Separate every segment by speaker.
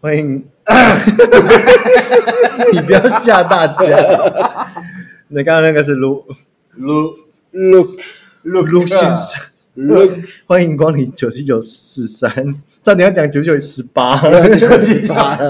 Speaker 1: 欢 迎，你不要吓大家。那刚刚那个是 卢
Speaker 2: Look
Speaker 3: Look
Speaker 1: 卢先
Speaker 2: 啊
Speaker 1: 生，
Speaker 3: Look，
Speaker 1: 欢迎光临九七九四三。照你要讲九九十八，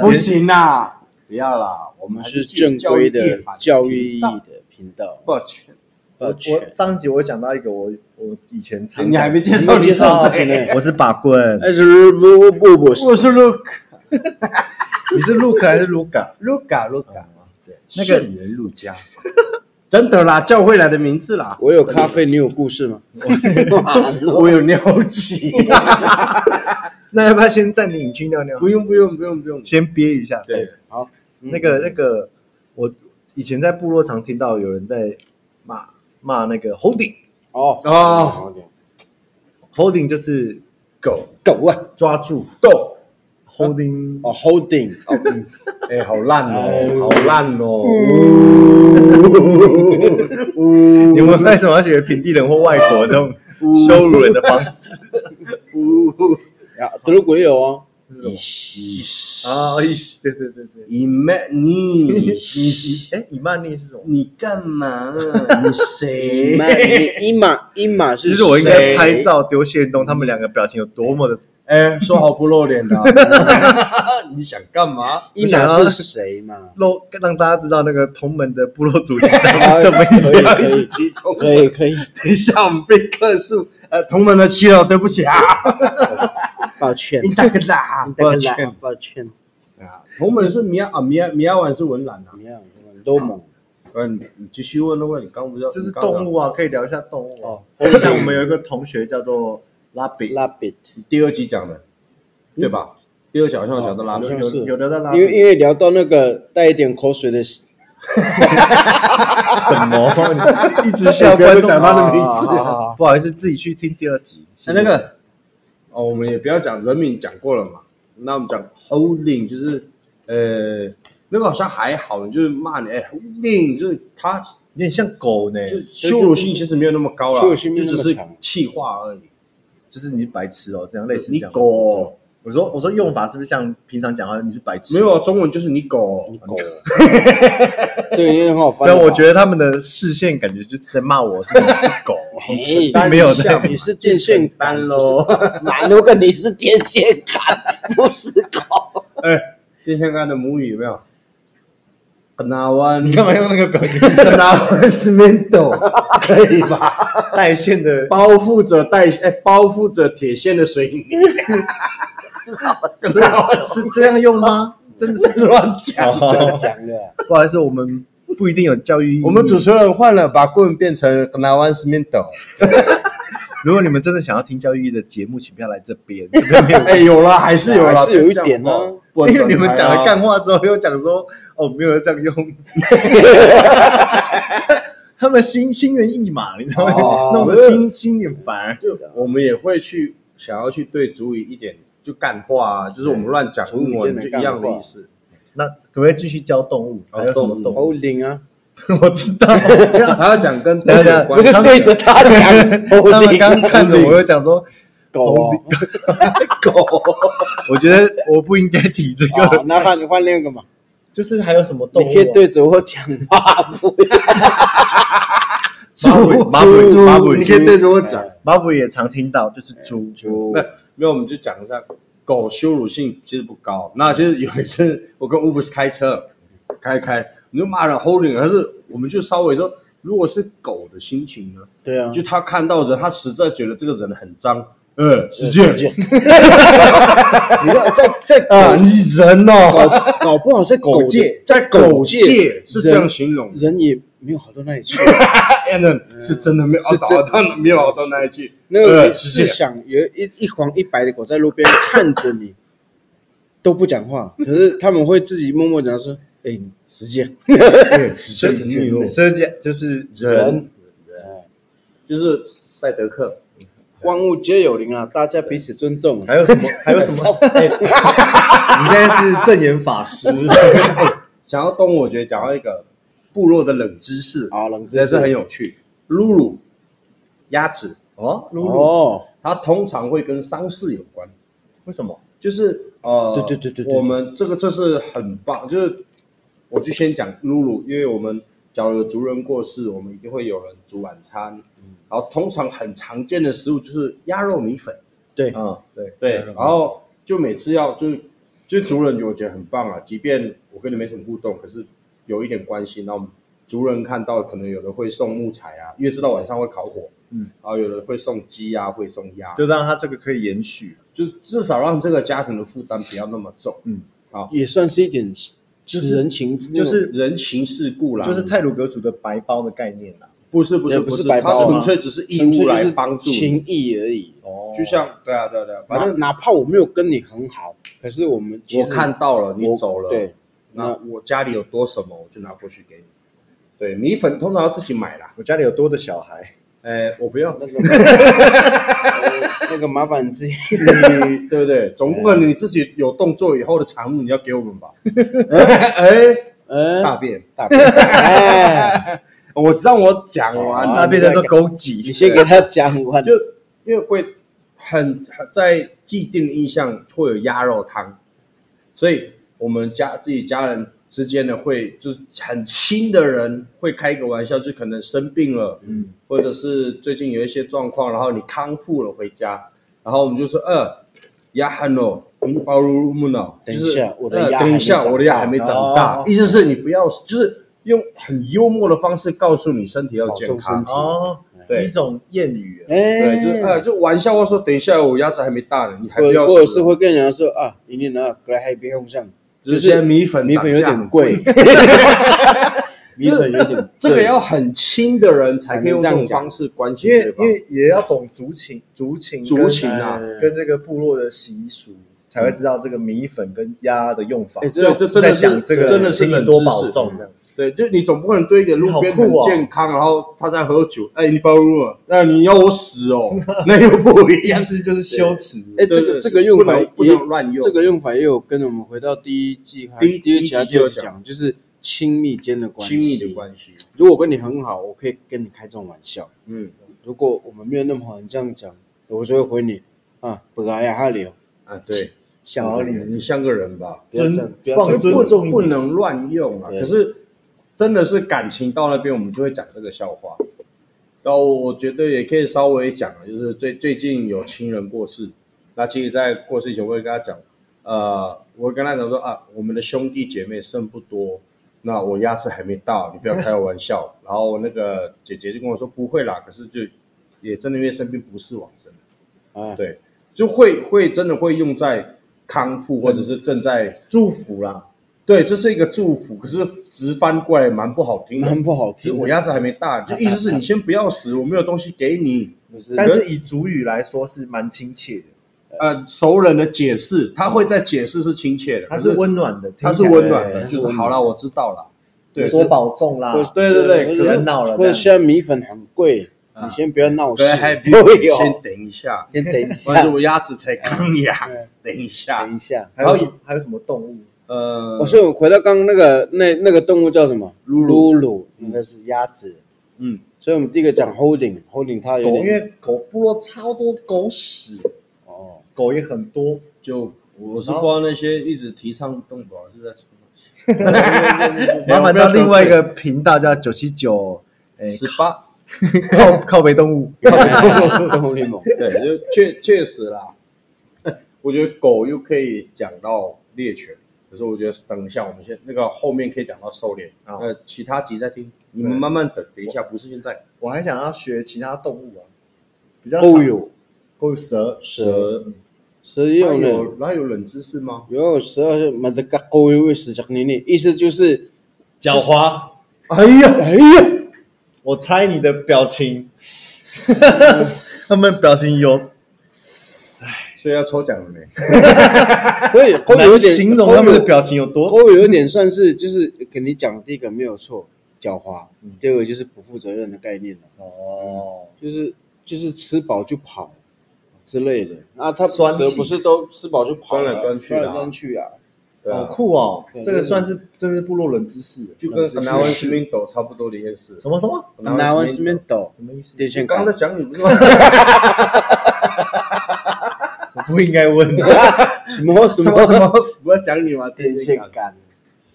Speaker 2: 不行啦，不要啦，我
Speaker 3: 我
Speaker 2: 们
Speaker 3: 们是正规的教育意义的频道。
Speaker 2: 抱歉，
Speaker 3: 抱
Speaker 1: 我我
Speaker 3: 歉，
Speaker 1: 上集我讲到一个我我以前常
Speaker 2: 你还没介
Speaker 3: 你
Speaker 2: 绍啊
Speaker 3: 没
Speaker 2: 你
Speaker 3: 介
Speaker 2: 是
Speaker 3: 绍
Speaker 2: 谁呢？
Speaker 1: 哎我是把 棍，
Speaker 3: 但哎是不不不
Speaker 2: 我
Speaker 3: 不，
Speaker 2: 是 Look
Speaker 1: 你是 Luke 还是 Luca？
Speaker 2: Look 啊 Look 啊，对，
Speaker 1: 那个
Speaker 2: 圣人入家， 真的啦，教会来的名字啦，
Speaker 3: 我有咖啡，你有故事吗？
Speaker 2: 我有尿急，
Speaker 1: 那要不要先暂停你去尿尿？
Speaker 2: 不用不用不用不用，
Speaker 1: 先憋一下。
Speaker 2: 对，
Speaker 3: 好，
Speaker 1: 那个那个，我以前在部落常听到有人在骂骂那个 holding
Speaker 3: 哦
Speaker 2: 哦，
Speaker 1: holding 就是狗
Speaker 3: 狗啊，
Speaker 1: 抓住
Speaker 2: 豆，
Speaker 1: holding，
Speaker 3: 哦 holding，哦嗯
Speaker 2: 哎，好烂
Speaker 3: 哎
Speaker 2: 哦，好烂哦，
Speaker 1: 你们为什么要学平地人或外国那种羞辱人的方 式
Speaker 3: 啊，德鲁鬼有哦，
Speaker 1: 种
Speaker 3: 以西
Speaker 1: 啊？咦对对对对，
Speaker 2: 你妹你
Speaker 1: 你哎，以曼丽是什么？
Speaker 2: 你干嘛？你谁？
Speaker 3: 那你一码一码
Speaker 1: 其
Speaker 3: 是谁？
Speaker 1: 实我应该拍照丢线动，他们两个表情有多么的
Speaker 2: 哎，说好不露脸的啊， 你想干嘛？
Speaker 3: 一码是谁嘛？
Speaker 1: 露，让大家知道那个同门的部落主席长
Speaker 3: 这
Speaker 1: 怎
Speaker 3: 么
Speaker 1: 么
Speaker 3: 可以
Speaker 1: 样。
Speaker 3: 可以
Speaker 2: 你同
Speaker 3: 可以可以，
Speaker 2: 等一下我们被客诉，呃，同门的七楼，对不起 啊，
Speaker 3: 抱歉，
Speaker 2: 你大个啦，
Speaker 3: 抱
Speaker 2: 抱
Speaker 3: 歉
Speaker 2: 歉
Speaker 3: 抱歉，
Speaker 2: 啊。同门是米亚啊，米亚米亚碗是文兰啊
Speaker 3: 怎。么样？我们都猛，
Speaker 2: 嗯，你继续问的问，你刚不 要
Speaker 1: 就是动物
Speaker 2: 物
Speaker 1: 啊，可以聊一下动物哦
Speaker 3: 哦。
Speaker 1: 像我们有一个同学叫做拉比，
Speaker 3: 拉比，
Speaker 2: 第二集讲的，对
Speaker 3: 嗯
Speaker 2: 吧？第二集好像讲到拉
Speaker 3: 好
Speaker 2: 面
Speaker 3: 像
Speaker 1: 有
Speaker 3: 是
Speaker 1: 有聊到拉
Speaker 3: 因为
Speaker 1: 比
Speaker 3: 因为聊到那个带一点口水 的
Speaker 1: 什 么？一直笑观众
Speaker 2: 讲他的名
Speaker 3: 字
Speaker 1: 啊好 好好不好意思，自己去听第二集。
Speaker 2: 哎那那个哦，我们也不要讲人名，讲过了嘛。那我们讲 holding，就是呃，那个好像还好，就是骂你哎 holding，就是他
Speaker 1: 有点像狗呢，
Speaker 2: 就羞辱性其实没有那么高了，
Speaker 3: 羞辱性没
Speaker 2: 就
Speaker 3: 有
Speaker 2: 只
Speaker 3: 那么
Speaker 2: 是
Speaker 3: 强
Speaker 2: 气话而已。
Speaker 1: 就是你是白痴哦，这样类似
Speaker 2: 你
Speaker 1: 这样。
Speaker 2: 狗哦
Speaker 1: 我说我说用法是不是像平常讲话你是白痴？
Speaker 2: 没有，啊，中文就是你狗哦，
Speaker 3: 狗，这个也很好翻啊
Speaker 1: 但
Speaker 3: 的吧。
Speaker 1: 我觉得他们的视线感觉就是在骂我是你是狗，
Speaker 3: 哎
Speaker 1: 但没有在
Speaker 3: 你是电线杆
Speaker 2: 单喽。
Speaker 3: 哪那个你是电线杆，不是狗。
Speaker 2: 哎，电线杆的母语有没有？那 湾
Speaker 1: 你，干嘛用那个表情？
Speaker 2: 那湾 cemento 可以吧？
Speaker 1: 带线的
Speaker 2: 包覆着带哎，包覆着铁线的水泥，
Speaker 1: 是是这样用吗？真的是 乱讲。
Speaker 3: 讲的，
Speaker 1: 不好意思，我们不一定有教育意义。
Speaker 2: 我们主持人换了，把棍变成那湾 cemento。
Speaker 1: 如果你们真的想要听教育的节目，请不要来这边， 这边没有。
Speaker 2: 哎，有啦，还是有啦，
Speaker 3: 还是有一点啊
Speaker 2: 呢。不然
Speaker 1: 因为 你们讲了干
Speaker 2: 转台啊，
Speaker 1: 话之后，又讲说哦，没有人这样用，他们心心猿意马，你知道吗？
Speaker 3: 哦
Speaker 1: 弄得心心也烦。
Speaker 2: 就我们也会去想要去对主语一点就干话啊，就是我们乱讲
Speaker 3: 主语
Speaker 2: 英文
Speaker 3: 真
Speaker 2: 就
Speaker 3: 的
Speaker 2: 一
Speaker 3: 干
Speaker 2: 样的
Speaker 3: 话
Speaker 2: 意思。
Speaker 1: 那可不可以继续教动物？
Speaker 2: 哦
Speaker 1: 还有什么动
Speaker 2: 动
Speaker 1: 物？
Speaker 3: 头领啊，
Speaker 1: 我知道。
Speaker 2: 还要讲跟
Speaker 1: 等一下
Speaker 2: 不
Speaker 1: 不是对着
Speaker 3: 他讲，
Speaker 1: 他们刚刚看着我，又讲说，
Speaker 3: 啊狗哦。
Speaker 1: 我觉得我不应该提这
Speaker 3: 哦
Speaker 1: 个。
Speaker 3: 那换你换另一个嘛，
Speaker 1: 就是还有什么动
Speaker 3: 你
Speaker 1: 物啊？
Speaker 3: 可以对着我讲话，不要
Speaker 1: 马尾，马
Speaker 2: 猪
Speaker 1: 尾，马
Speaker 2: 猪，
Speaker 1: 尾，
Speaker 2: 你可以对着我讲。
Speaker 1: 马尾也常听到，就是猪。
Speaker 3: 就
Speaker 2: 那哎没有，我们就讲一下狗羞辱性其实不高。那其实有一次我跟 u b e 开车，开开，你就骂了 holding，但是我们就稍微说，如果是狗的心情呢，
Speaker 3: 对啊，
Speaker 2: 就他看到人，他实在觉得这个人很脏，呃，使劲
Speaker 3: 见。 你看，在在
Speaker 2: 啊，
Speaker 3: 狗
Speaker 2: 你人哦，
Speaker 3: 搞搞不好在狗界，
Speaker 2: 在狗
Speaker 3: 界
Speaker 2: 界是这样形容的，
Speaker 3: 人也没有好到哪里去。
Speaker 2: 哎人是真的没有熬
Speaker 3: 是
Speaker 2: 到
Speaker 3: 真
Speaker 2: 到没有熬到那一句，
Speaker 3: 那个
Speaker 2: 呃，
Speaker 3: 是
Speaker 2: 是
Speaker 3: 想有一一黄一白的狗在路边看着你，都不讲话，可是他们会自己默默讲说：“哎、时间。
Speaker 2: 对，是真的有
Speaker 1: 蛇姐就是
Speaker 2: 人，就是赛德克，”
Speaker 3: 万物皆有灵啊，大家彼此尊重。
Speaker 1: 还有什么？还有什么？ 哎你现在是正言法师，
Speaker 2: 讲到动物，我觉得讲到一个部落的冷知识，
Speaker 3: 啊，冷
Speaker 2: 实在
Speaker 3: 知
Speaker 2: 是
Speaker 3: 识
Speaker 2: 很有趣。露露，鸭子，
Speaker 1: 哦，露露，
Speaker 3: 哦，
Speaker 2: 它通常会跟丧事有关，
Speaker 1: 为什么？
Speaker 2: 就是啊、呃，
Speaker 3: 对对对对对
Speaker 2: 我们这个这是很棒，就是我就先讲露露，因为我们假如有族人过世，我们一定会有人煮晚餐，
Speaker 3: 嗯
Speaker 2: 然后通常很常见的食物就是鸭肉米粉，
Speaker 3: 对，
Speaker 1: 啊，对，
Speaker 2: 对，
Speaker 1: 嗯
Speaker 2: 然后就每次要就是就是族人，我觉得很棒啊，即便我跟你没什么互动，可是有一点关系，那我们族人看到可能有的会送木材啊，因为知道晚上会烤火，
Speaker 1: 嗯，
Speaker 2: 然后有的会送鸡啊，会送鸭，
Speaker 1: 就让他这个可以延续，
Speaker 2: 就至少让这个家庭的负担不要那么重，
Speaker 1: 嗯，
Speaker 2: 好，
Speaker 3: 也算是一点使人情，
Speaker 1: 就
Speaker 3: 那种
Speaker 1: 是
Speaker 2: 人情世故啦，
Speaker 1: 就是泰鲁格族的白包的概念啦。
Speaker 2: 不是不是
Speaker 3: 也不是
Speaker 2: 是，
Speaker 3: 白包
Speaker 2: 他
Speaker 3: 啊
Speaker 2: 纯粹只是义
Speaker 3: 纯粹
Speaker 2: 务
Speaker 3: 就
Speaker 2: 来
Speaker 3: 是
Speaker 2: 帮助你，
Speaker 3: 情谊而已。
Speaker 1: 哦
Speaker 2: 就像对啊对啊对啊，反
Speaker 3: 反
Speaker 2: 正
Speaker 3: 正哪怕我没有跟你很好，可是我们其
Speaker 2: 我
Speaker 3: 实
Speaker 2: 看到了你
Speaker 3: 我
Speaker 2: 走了，
Speaker 3: 对，
Speaker 2: 那我家里有多什么，我就拿过去给你。对，米粉通常要自己买啦。
Speaker 1: 我家里有多的小孩，
Speaker 2: 哎，我不要，
Speaker 3: 那个呃那个麻烦你自己。
Speaker 2: 你对不 对？总不可能你自己有动作以后的产物你要给我 们吧？哎，
Speaker 3: 嗯，
Speaker 2: 大便，
Speaker 3: 大便，哎，
Speaker 2: 我让我讲完
Speaker 3: 好
Speaker 2: 啊，
Speaker 1: 那变成个枸
Speaker 3: 你
Speaker 1: 杞，
Speaker 3: 先给他讲完。
Speaker 2: 就因为会很很在既定印象会有鸭肉汤，所以我们家自己家人之间的会就是很亲的人会开个玩笑，就可能生病了，
Speaker 1: 嗯，
Speaker 2: 或者是最近有一些状况，然后你康复了回家，然后我们就说，呃，鸭汉哦，您包入木脑，
Speaker 3: 等一
Speaker 2: 就是
Speaker 3: 下我的
Speaker 2: 呃
Speaker 3: 鸭
Speaker 2: 等
Speaker 3: 还
Speaker 2: 一
Speaker 3: 没
Speaker 2: 下，
Speaker 3: 长
Speaker 2: 我的鸭
Speaker 3: 大
Speaker 2: 还没长
Speaker 1: 哦
Speaker 2: 大，意思是你不要，就是用很幽默的方式告诉你身体要
Speaker 3: 保
Speaker 2: 健
Speaker 3: 重
Speaker 2: 康
Speaker 3: 身，体
Speaker 1: 哦，
Speaker 2: 对
Speaker 1: 一。种谚语，
Speaker 3: 哎，
Speaker 2: 对，就是啊，就玩笑话说，等一下我鸭子还没大呢，你还不
Speaker 3: 或
Speaker 2: 要
Speaker 3: 或者
Speaker 2: 死
Speaker 3: 是
Speaker 2: 哦，
Speaker 3: 会跟人家说啊，一定拿过来还别用上，
Speaker 2: 就
Speaker 3: 就是
Speaker 2: 是现在米粉
Speaker 3: 米粉有
Speaker 2: 涨价呃
Speaker 3: 点，贵， 米粉有点贵
Speaker 2: 这个要很亲的人才可以用这
Speaker 3: 才
Speaker 2: 种
Speaker 3: 能这样讲
Speaker 2: 方式关心
Speaker 1: 因为
Speaker 2: 对方
Speaker 1: 因。为也要懂族情，族情跟
Speaker 2: 族情啊，
Speaker 1: 跟这个部落的习俗，才会知道这个米粉跟鸭的用法
Speaker 3: 哎，。这
Speaker 2: 对，这真
Speaker 1: 在
Speaker 2: 的是
Speaker 1: 讲这个，
Speaker 2: 真的是
Speaker 1: 请
Speaker 2: 冷
Speaker 1: 你多
Speaker 2: 知
Speaker 1: 保
Speaker 2: 识嗯
Speaker 1: 重这样。
Speaker 2: 对，就你总不能对一个路边
Speaker 1: 你好
Speaker 2: 很
Speaker 3: 啊
Speaker 1: 酷哦
Speaker 2: 健康，然后他在喝酒，哎，你包入了，那你要我死 哦，那又不一
Speaker 1: 意
Speaker 2: 样。
Speaker 1: 思就是羞耻，
Speaker 3: 哎，
Speaker 2: 对
Speaker 3: 这
Speaker 2: 对
Speaker 3: 个这个用法
Speaker 2: 不能不
Speaker 3: 也
Speaker 2: 能乱用。
Speaker 3: 这个用法也有跟我们回到第一季还
Speaker 2: 第一
Speaker 3: 第
Speaker 2: 第
Speaker 3: 二
Speaker 2: 一
Speaker 3: 集
Speaker 2: 集
Speaker 3: 还就有
Speaker 2: 就有
Speaker 3: 讲，就是亲密间的关系。
Speaker 2: 亲密的关系，
Speaker 3: 如果我跟你很好，我可以跟你开这种玩笑；
Speaker 2: 嗯，
Speaker 3: 如果我们没有那么好，你这样讲，我就会回你啊，本来呀哈流，
Speaker 2: 啊，对，
Speaker 3: 像
Speaker 1: 好
Speaker 3: 你
Speaker 1: 你
Speaker 2: 你像个人吧，
Speaker 3: 不要这样
Speaker 1: 尊
Speaker 3: 不要
Speaker 1: 放
Speaker 2: 就不
Speaker 1: 尊重一点
Speaker 2: 不能乱用啊。
Speaker 3: 对
Speaker 2: 可是真的是感情到那边，我们就会讲这个笑话。然后我觉得也可以稍微讲，就是最最近有亲人过世，那其实，在过世以前，我会跟他讲，呃，我会跟他讲说啊，我们的兄弟姐妹剩不多，那我牙齿还没到，你不要开我玩笑。然后那个姐姐就跟我说不会啦，可是就也真的因为生病不是往生。
Speaker 3: 啊，
Speaker 2: 对，就会会真的会用在康复或者是正在
Speaker 1: 祝福啦，
Speaker 2: 对，这是一个祝福，可是直翻过来蛮不好听的。
Speaker 3: 蛮不好
Speaker 2: 其实
Speaker 3: 听的。
Speaker 2: 我鸭子还没大，
Speaker 1: 啊
Speaker 2: 就意思是你先不要死，我没有东西给你。
Speaker 3: 不是，
Speaker 1: 但是以族语来说是蛮亲切的，
Speaker 2: 呃，熟人的解释，他会在解释是亲切的，
Speaker 1: 它
Speaker 2: 可
Speaker 1: 是温暖的，
Speaker 2: 他
Speaker 1: 听起
Speaker 2: 是
Speaker 1: 来
Speaker 2: 温暖的，
Speaker 3: 对
Speaker 2: 就是好了，我知道了。对，
Speaker 1: 多
Speaker 2: 是
Speaker 1: 保重啦
Speaker 3: 或，
Speaker 2: 对对对
Speaker 3: 或
Speaker 1: 不
Speaker 3: 者
Speaker 1: 要
Speaker 3: 是
Speaker 1: 闹了这
Speaker 3: 或者
Speaker 1: 样。
Speaker 3: 现在米粉很贵，
Speaker 2: 啊
Speaker 3: 你先不要闹事
Speaker 2: 对，还，
Speaker 3: 都有，
Speaker 2: 先等一下，
Speaker 3: 先等一
Speaker 2: 或者
Speaker 3: 下
Speaker 2: 是，我鸭子才刚养，
Speaker 1: 哎
Speaker 3: 对
Speaker 2: 等一下
Speaker 3: 等。一下。
Speaker 1: 还有什还有什么动物？
Speaker 2: 呃
Speaker 3: 我，所以我回到刚刚那个那那个动物叫什么？
Speaker 2: 噜噜
Speaker 3: 噜噜，那个是鸭子。
Speaker 2: 嗯，
Speaker 3: 所以我们第一个讲 holding，holding 它有
Speaker 1: 狗，
Speaker 3: 点
Speaker 1: 因为狗部落超多狗屎，
Speaker 3: 哦，
Speaker 1: 狗也很多，
Speaker 2: 就我是
Speaker 1: 然
Speaker 2: 不
Speaker 1: 后
Speaker 2: 知道那些一直提倡动保是 在冲哪些
Speaker 1: 麻烦到另外一个频道叫九七九，哎，
Speaker 2: 十八，
Speaker 1: 靠靠北动物，
Speaker 3: 动物联盟，
Speaker 2: 对，就确确实啦。 我觉得狗又可以讲到猎犬，可是我觉得等一下我们先那个后面可以讲到狩猎，
Speaker 1: 好
Speaker 2: 呃，其他集再听，你们慢慢等，等一下不是现在。
Speaker 1: 我还想要学其他动物啊，比较
Speaker 3: 都，有
Speaker 1: 狗有蛇，
Speaker 2: 蛇，
Speaker 3: 蛇
Speaker 2: 哪
Speaker 3: 有呢，
Speaker 2: 有哪有冷知识吗？
Speaker 3: 有蛇是马德嘎狗有十讲年龄，意 思就是
Speaker 1: 狡猾，
Speaker 2: 哎呀，
Speaker 3: 哎呀，
Speaker 1: 我猜你的表情，他们表情有
Speaker 2: 所以要抽奖了没？
Speaker 3: 会会有
Speaker 1: 难
Speaker 3: 点
Speaker 1: 形容他们的表情有多，
Speaker 3: 哦我有点
Speaker 2: 嗯
Speaker 3: 算是就是跟你讲的第一个没有错，狡猾；
Speaker 2: 嗯
Speaker 3: 第二个就是不负责任的概念了，
Speaker 1: 哦，
Speaker 3: 就是就是吃饱就跑之类的。那它
Speaker 1: 酸
Speaker 3: 蛇
Speaker 1: 体
Speaker 3: 不是都吃饱就跑
Speaker 2: 钻
Speaker 3: 了，
Speaker 2: 来钻去啊
Speaker 3: 钻来钻去啊，
Speaker 2: 对
Speaker 1: 好
Speaker 2: 啊，
Speaker 1: 酷哦
Speaker 3: 对，
Speaker 1: 这个算是真是部落冷知识，
Speaker 2: 就跟
Speaker 3: 冷知识
Speaker 2: 台湾新民斗差不多的一件事。
Speaker 1: 什么什么
Speaker 3: 拿完是面 抖，
Speaker 1: 什么意思？
Speaker 3: 电
Speaker 2: 你
Speaker 3: 线
Speaker 2: 刚
Speaker 3: 杆
Speaker 2: 刚 在讲你不是吗？
Speaker 1: 我不应该问，
Speaker 3: 什么什
Speaker 2: 什么什么， 我要讲你嘛，电
Speaker 3: 电线
Speaker 2: 线杆。
Speaker 3: 杆。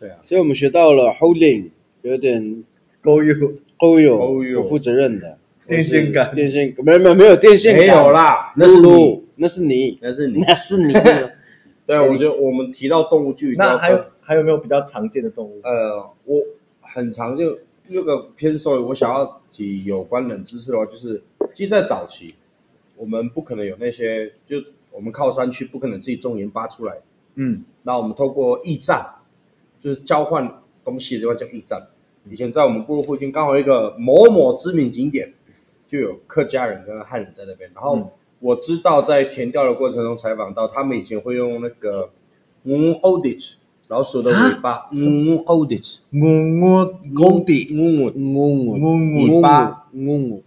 Speaker 2: 对啊，
Speaker 3: 所以我们学到了 holding，有点
Speaker 1: 勾 you
Speaker 3: 勾有
Speaker 2: 勾有
Speaker 3: 不负责任的
Speaker 1: 电线杆，
Speaker 3: 电线，没有没有没有电线杆，
Speaker 2: 没有，啦，那
Speaker 3: 那
Speaker 2: 是
Speaker 3: 是
Speaker 2: 你，
Speaker 3: 你，那是你，
Speaker 2: 那是你。
Speaker 3: 那是 你，
Speaker 2: 对，啊我觉得我们提到动物剧，
Speaker 1: 那还有还有没有比较常见的动物？
Speaker 2: 呃，我很常就那个偏 sorry，我想要提有关冷知识的话，就是其实，在早期，我们不可能有那些，就呃我们靠山区不可能自己种研发出来，
Speaker 1: 嗯，
Speaker 2: 那我们透过驿站，就是交换东西的地方叫驿站。以前在我们部落附近，刚好有一个某某知名景点，就有客家人跟汉人在那边。
Speaker 1: 嗯
Speaker 2: 然后我知道在填调的过程中采访到，他们以前会用那个 moon audit 老鼠的尾巴，moon audit
Speaker 1: 我我勾底，
Speaker 2: moon
Speaker 1: 我
Speaker 3: 我
Speaker 1: 我
Speaker 2: 尾巴
Speaker 3: 我我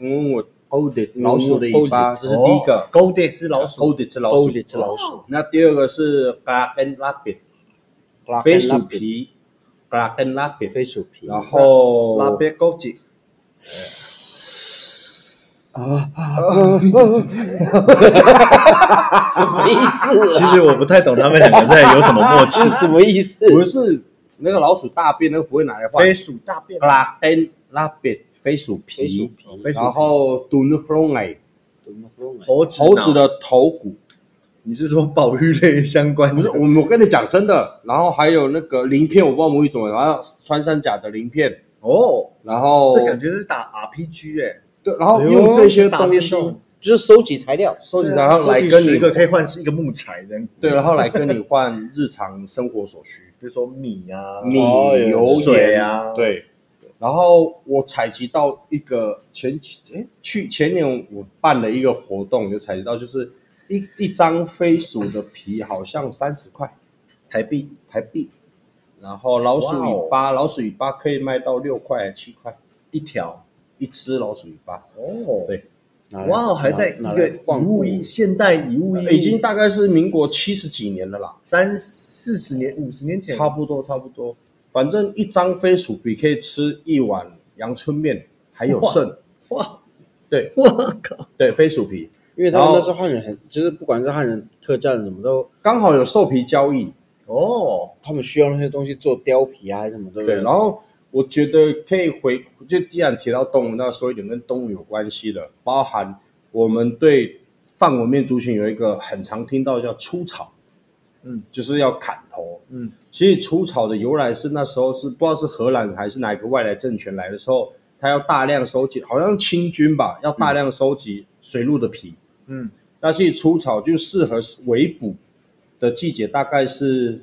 Speaker 2: moon audit 老鼠的尾巴，
Speaker 3: audit
Speaker 2: 这是第一个。
Speaker 1: 勾底是老鼠，
Speaker 2: audit 是老鼠，
Speaker 3: audit 是老鼠。
Speaker 2: 那第二个是 g a r d e n rabbit 飞鼠，皮 g a r d e n rabbit
Speaker 3: 飞鼠皮
Speaker 2: 然后
Speaker 1: 拉边勾底，
Speaker 3: 啊啊！什么意
Speaker 2: 啊
Speaker 3: 思
Speaker 1: 其实我不太懂他们两个在有什么默契
Speaker 3: 啊？。是什么意思？
Speaker 2: 不是那个老鼠大便，那个不会拿来换。
Speaker 1: 飞鼠大便
Speaker 2: b，l a c and rabbit 飞鼠皮，
Speaker 3: 飞鼠皮
Speaker 1: 飞鼠
Speaker 2: 然后 dun h o n g
Speaker 1: 猴子
Speaker 2: 猴子
Speaker 1: 脑，
Speaker 2: 的头骨，
Speaker 1: 你是说保育类相关
Speaker 2: 不是
Speaker 1: 的？
Speaker 2: 我我跟你讲真的，然后还有那个鳞片，我不知道母语怎么，然后穿山甲的鳞片，
Speaker 1: 哦，
Speaker 2: 然后
Speaker 1: 这感觉是打 RPG 哎，
Speaker 2: 对，然后
Speaker 1: 哎呦
Speaker 2: 用这些
Speaker 1: 打
Speaker 2: 东
Speaker 1: 电
Speaker 2: 西
Speaker 1: 动，
Speaker 3: 就是收集材料，
Speaker 2: 收集，然后来
Speaker 1: 啊收
Speaker 2: 跟
Speaker 1: 集
Speaker 2: 你
Speaker 1: 十个可以换一个木材的，
Speaker 2: 对，然后来跟你换日常生活所 需。
Speaker 1: 比如说米啊，
Speaker 2: 米、
Speaker 3: 哦有
Speaker 2: 油
Speaker 1: 水
Speaker 2: 盐
Speaker 1: 啊
Speaker 2: 对。然后我采集到一个前几哎去前年我办了一个活动，就采集到就是一一张飞鼠的皮，好像三十块
Speaker 1: 台币，
Speaker 2: 台币，然后老鼠
Speaker 1: 哇哦
Speaker 2: 尾巴，老鼠尾巴可以卖到六块七块
Speaker 1: 一条
Speaker 2: 一只老鼠尾巴，
Speaker 1: 哦，
Speaker 2: 对
Speaker 1: 哇哦，还在一个
Speaker 3: 矿
Speaker 1: 以物易现代以物易物
Speaker 2: 已经大概是民国七十几年了啦，
Speaker 1: 三四十年、五十年前，
Speaker 2: 差不多差不多，反正一张飞鼠皮可以吃一碗阳春面，还有
Speaker 1: 哇
Speaker 2: 剩，
Speaker 1: 哇，
Speaker 2: 对
Speaker 1: 我靠，
Speaker 2: 对飞鼠皮，
Speaker 3: 因为他们那时候汉人很，就是不管是汉人客栈什么都，
Speaker 2: 刚好有兽皮交易，
Speaker 1: 哦，
Speaker 3: 他们需要那些东西做貂皮啊还是什么，对不
Speaker 2: 对，然后我觉得可以回，就既然提到动物，那说一点跟动物有关系的，包含我们对泛文面族群有一个很常听到叫出草，
Speaker 1: 嗯，
Speaker 2: 就是要砍头。
Speaker 1: 嗯，
Speaker 2: 其实除草的由来是那时候是不知道是荷兰还是哪一个外来政权来的时候，他要大量收集，好像是清军吧，要大量收集水鹿的皮。
Speaker 1: 嗯，
Speaker 2: 那其实除草就适合围捕的季节，大概是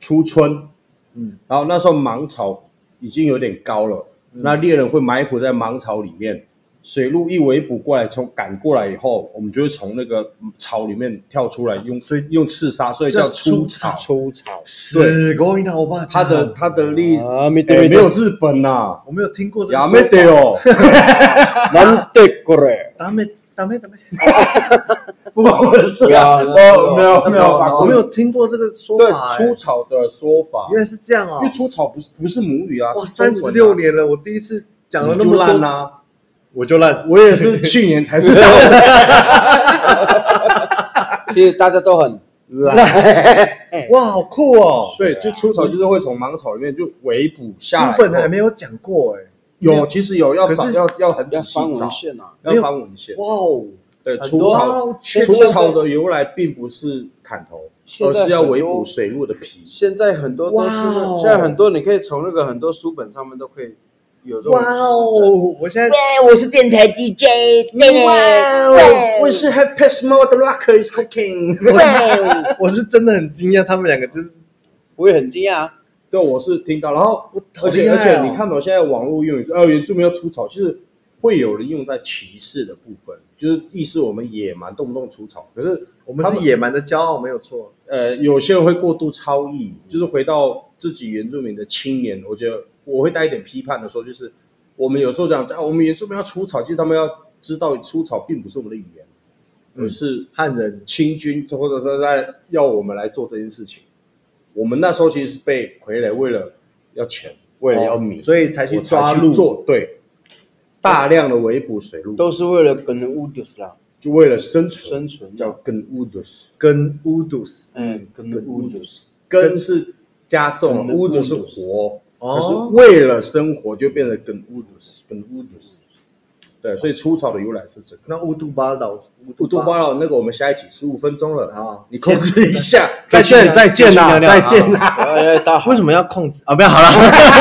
Speaker 2: 初春。
Speaker 1: 嗯，
Speaker 2: 然后那时候芒草已经有点高了，那猎人会埋伏在芒草里面。水鹿一围捕过来，从赶过来以后，我们就会从那个草里面跳出来，用所以用刺杀，所以叫
Speaker 1: 叫出
Speaker 2: 出
Speaker 1: 草
Speaker 2: 草。
Speaker 3: 抽草
Speaker 1: 死过一我爸
Speaker 2: 它的它的历、
Speaker 3: 啊，没
Speaker 2: 哎
Speaker 3: 对
Speaker 2: 没有，日本呐、啊，
Speaker 1: 我哎没有听过这个
Speaker 2: 亚
Speaker 1: 说
Speaker 2: 美得
Speaker 1: 法，
Speaker 2: 哦，
Speaker 3: 难对过来，
Speaker 1: 达美达美达美，
Speaker 2: 不关我的事啊，
Speaker 3: 不要
Speaker 2: 哦，没有没有，把
Speaker 1: 我没有听过这个说
Speaker 2: 对
Speaker 1: 法，
Speaker 2: 出
Speaker 1: 哎
Speaker 2: 草的说法，
Speaker 1: 原来是这样哦
Speaker 2: 因为，出草不是不是母语啊，
Speaker 1: 哇，
Speaker 2: 是中
Speaker 1: 三
Speaker 2: 文啊
Speaker 1: 十六，年了，我第一次讲了那么
Speaker 2: 你就烂
Speaker 1: 多，
Speaker 2: 啊啦，
Speaker 1: 我就烂，
Speaker 2: 我也是去年才知道，
Speaker 3: 其实大家都很啊
Speaker 1: 哇，好酷哦，
Speaker 2: 对，就出草就是会从芒草里面就围捕
Speaker 1: 书
Speaker 2: 下来，哦
Speaker 1: 本还没有讲过哎，
Speaker 2: 有，其实有要
Speaker 1: 可
Speaker 2: 找
Speaker 1: 是
Speaker 2: 要要很仔
Speaker 3: 要
Speaker 2: 细
Speaker 3: 翻文
Speaker 2: 找，
Speaker 3: 献啊，
Speaker 1: 没
Speaker 2: 要
Speaker 1: 有
Speaker 2: 翻文献，
Speaker 1: 哇哦，
Speaker 2: 对，
Speaker 3: 很
Speaker 2: 出
Speaker 3: 多啊
Speaker 2: 草
Speaker 1: 现
Speaker 2: 出
Speaker 1: 在
Speaker 2: 草的由来并不是砍头，
Speaker 3: 现
Speaker 2: 而
Speaker 3: 在
Speaker 2: 是要
Speaker 3: 很
Speaker 2: 围
Speaker 3: 多
Speaker 2: 捕水鹿的皮，
Speaker 3: 现在很多都是
Speaker 1: 哇哦
Speaker 3: 现在很多你可以从那个很多书本上面都可以有这种
Speaker 1: 哇
Speaker 3: 实证
Speaker 1: 哦，我现在
Speaker 4: 喂，我是电台 DJ，对喂，
Speaker 2: 我是 Happy Small the Rock is cooking。
Speaker 4: 喂，
Speaker 2: 哦
Speaker 1: 我是真的很惊讶，他们两个就是
Speaker 3: 我也很惊讶啊，
Speaker 2: 对，我是听到，然后
Speaker 1: 我好
Speaker 2: 而且
Speaker 1: 厉害
Speaker 2: 而
Speaker 1: 哦
Speaker 2: 且你看到现在网络用语，呃，原住民要出草，其实会有人用在歧视的部分，就是意思我们野蛮，动不动出草。可是
Speaker 1: 我们是野蛮的骄傲，没有错，
Speaker 2: 呃，有些人会过度超意，就是回到自己原住民的青年，我觉得我会带一点批判的说，就是我们有时候讲，啊，我们原住民要出草，其实他们要知道出草并不是我们的语言，
Speaker 1: 嗯
Speaker 2: 而是
Speaker 1: 汉人
Speaker 2: 清军或者说在要我们来做这件事情。我们那时候其实是被傀儡，为了要钱，为了要米，
Speaker 1: 哦所以才
Speaker 2: 以
Speaker 1: 去抓
Speaker 2: 路
Speaker 1: 鹿，
Speaker 2: 做对大量的围捕水路。
Speaker 3: 都是为了可能乌丢斯啦，
Speaker 2: 就为了生
Speaker 5: 生
Speaker 2: 存，
Speaker 5: 存
Speaker 2: 叫
Speaker 5: 要，
Speaker 2: 跟乌的
Speaker 1: 跟 Udus
Speaker 5: 嗯，跟
Speaker 2: 跟
Speaker 5: 乌
Speaker 2: 乌
Speaker 5: 的，
Speaker 2: 根是加重，
Speaker 5: 跟
Speaker 2: 乌的是
Speaker 5: udus
Speaker 2: 活，可是
Speaker 1: 哦，
Speaker 2: 为了生活就变得跟乌的跟乌的，对，所以出草的由来是这个。
Speaker 1: 那乌杜巴岛
Speaker 2: 乌杜巴佬那个我们下一集十五分钟了，
Speaker 1: 啊，
Speaker 2: 你控制一下，
Speaker 1: 再见再见啦啊
Speaker 2: 再
Speaker 1: 再
Speaker 2: 见
Speaker 1: 见
Speaker 2: 啦。
Speaker 5: 哎哎，大家好
Speaker 1: 为什么要控制啊？不要好了，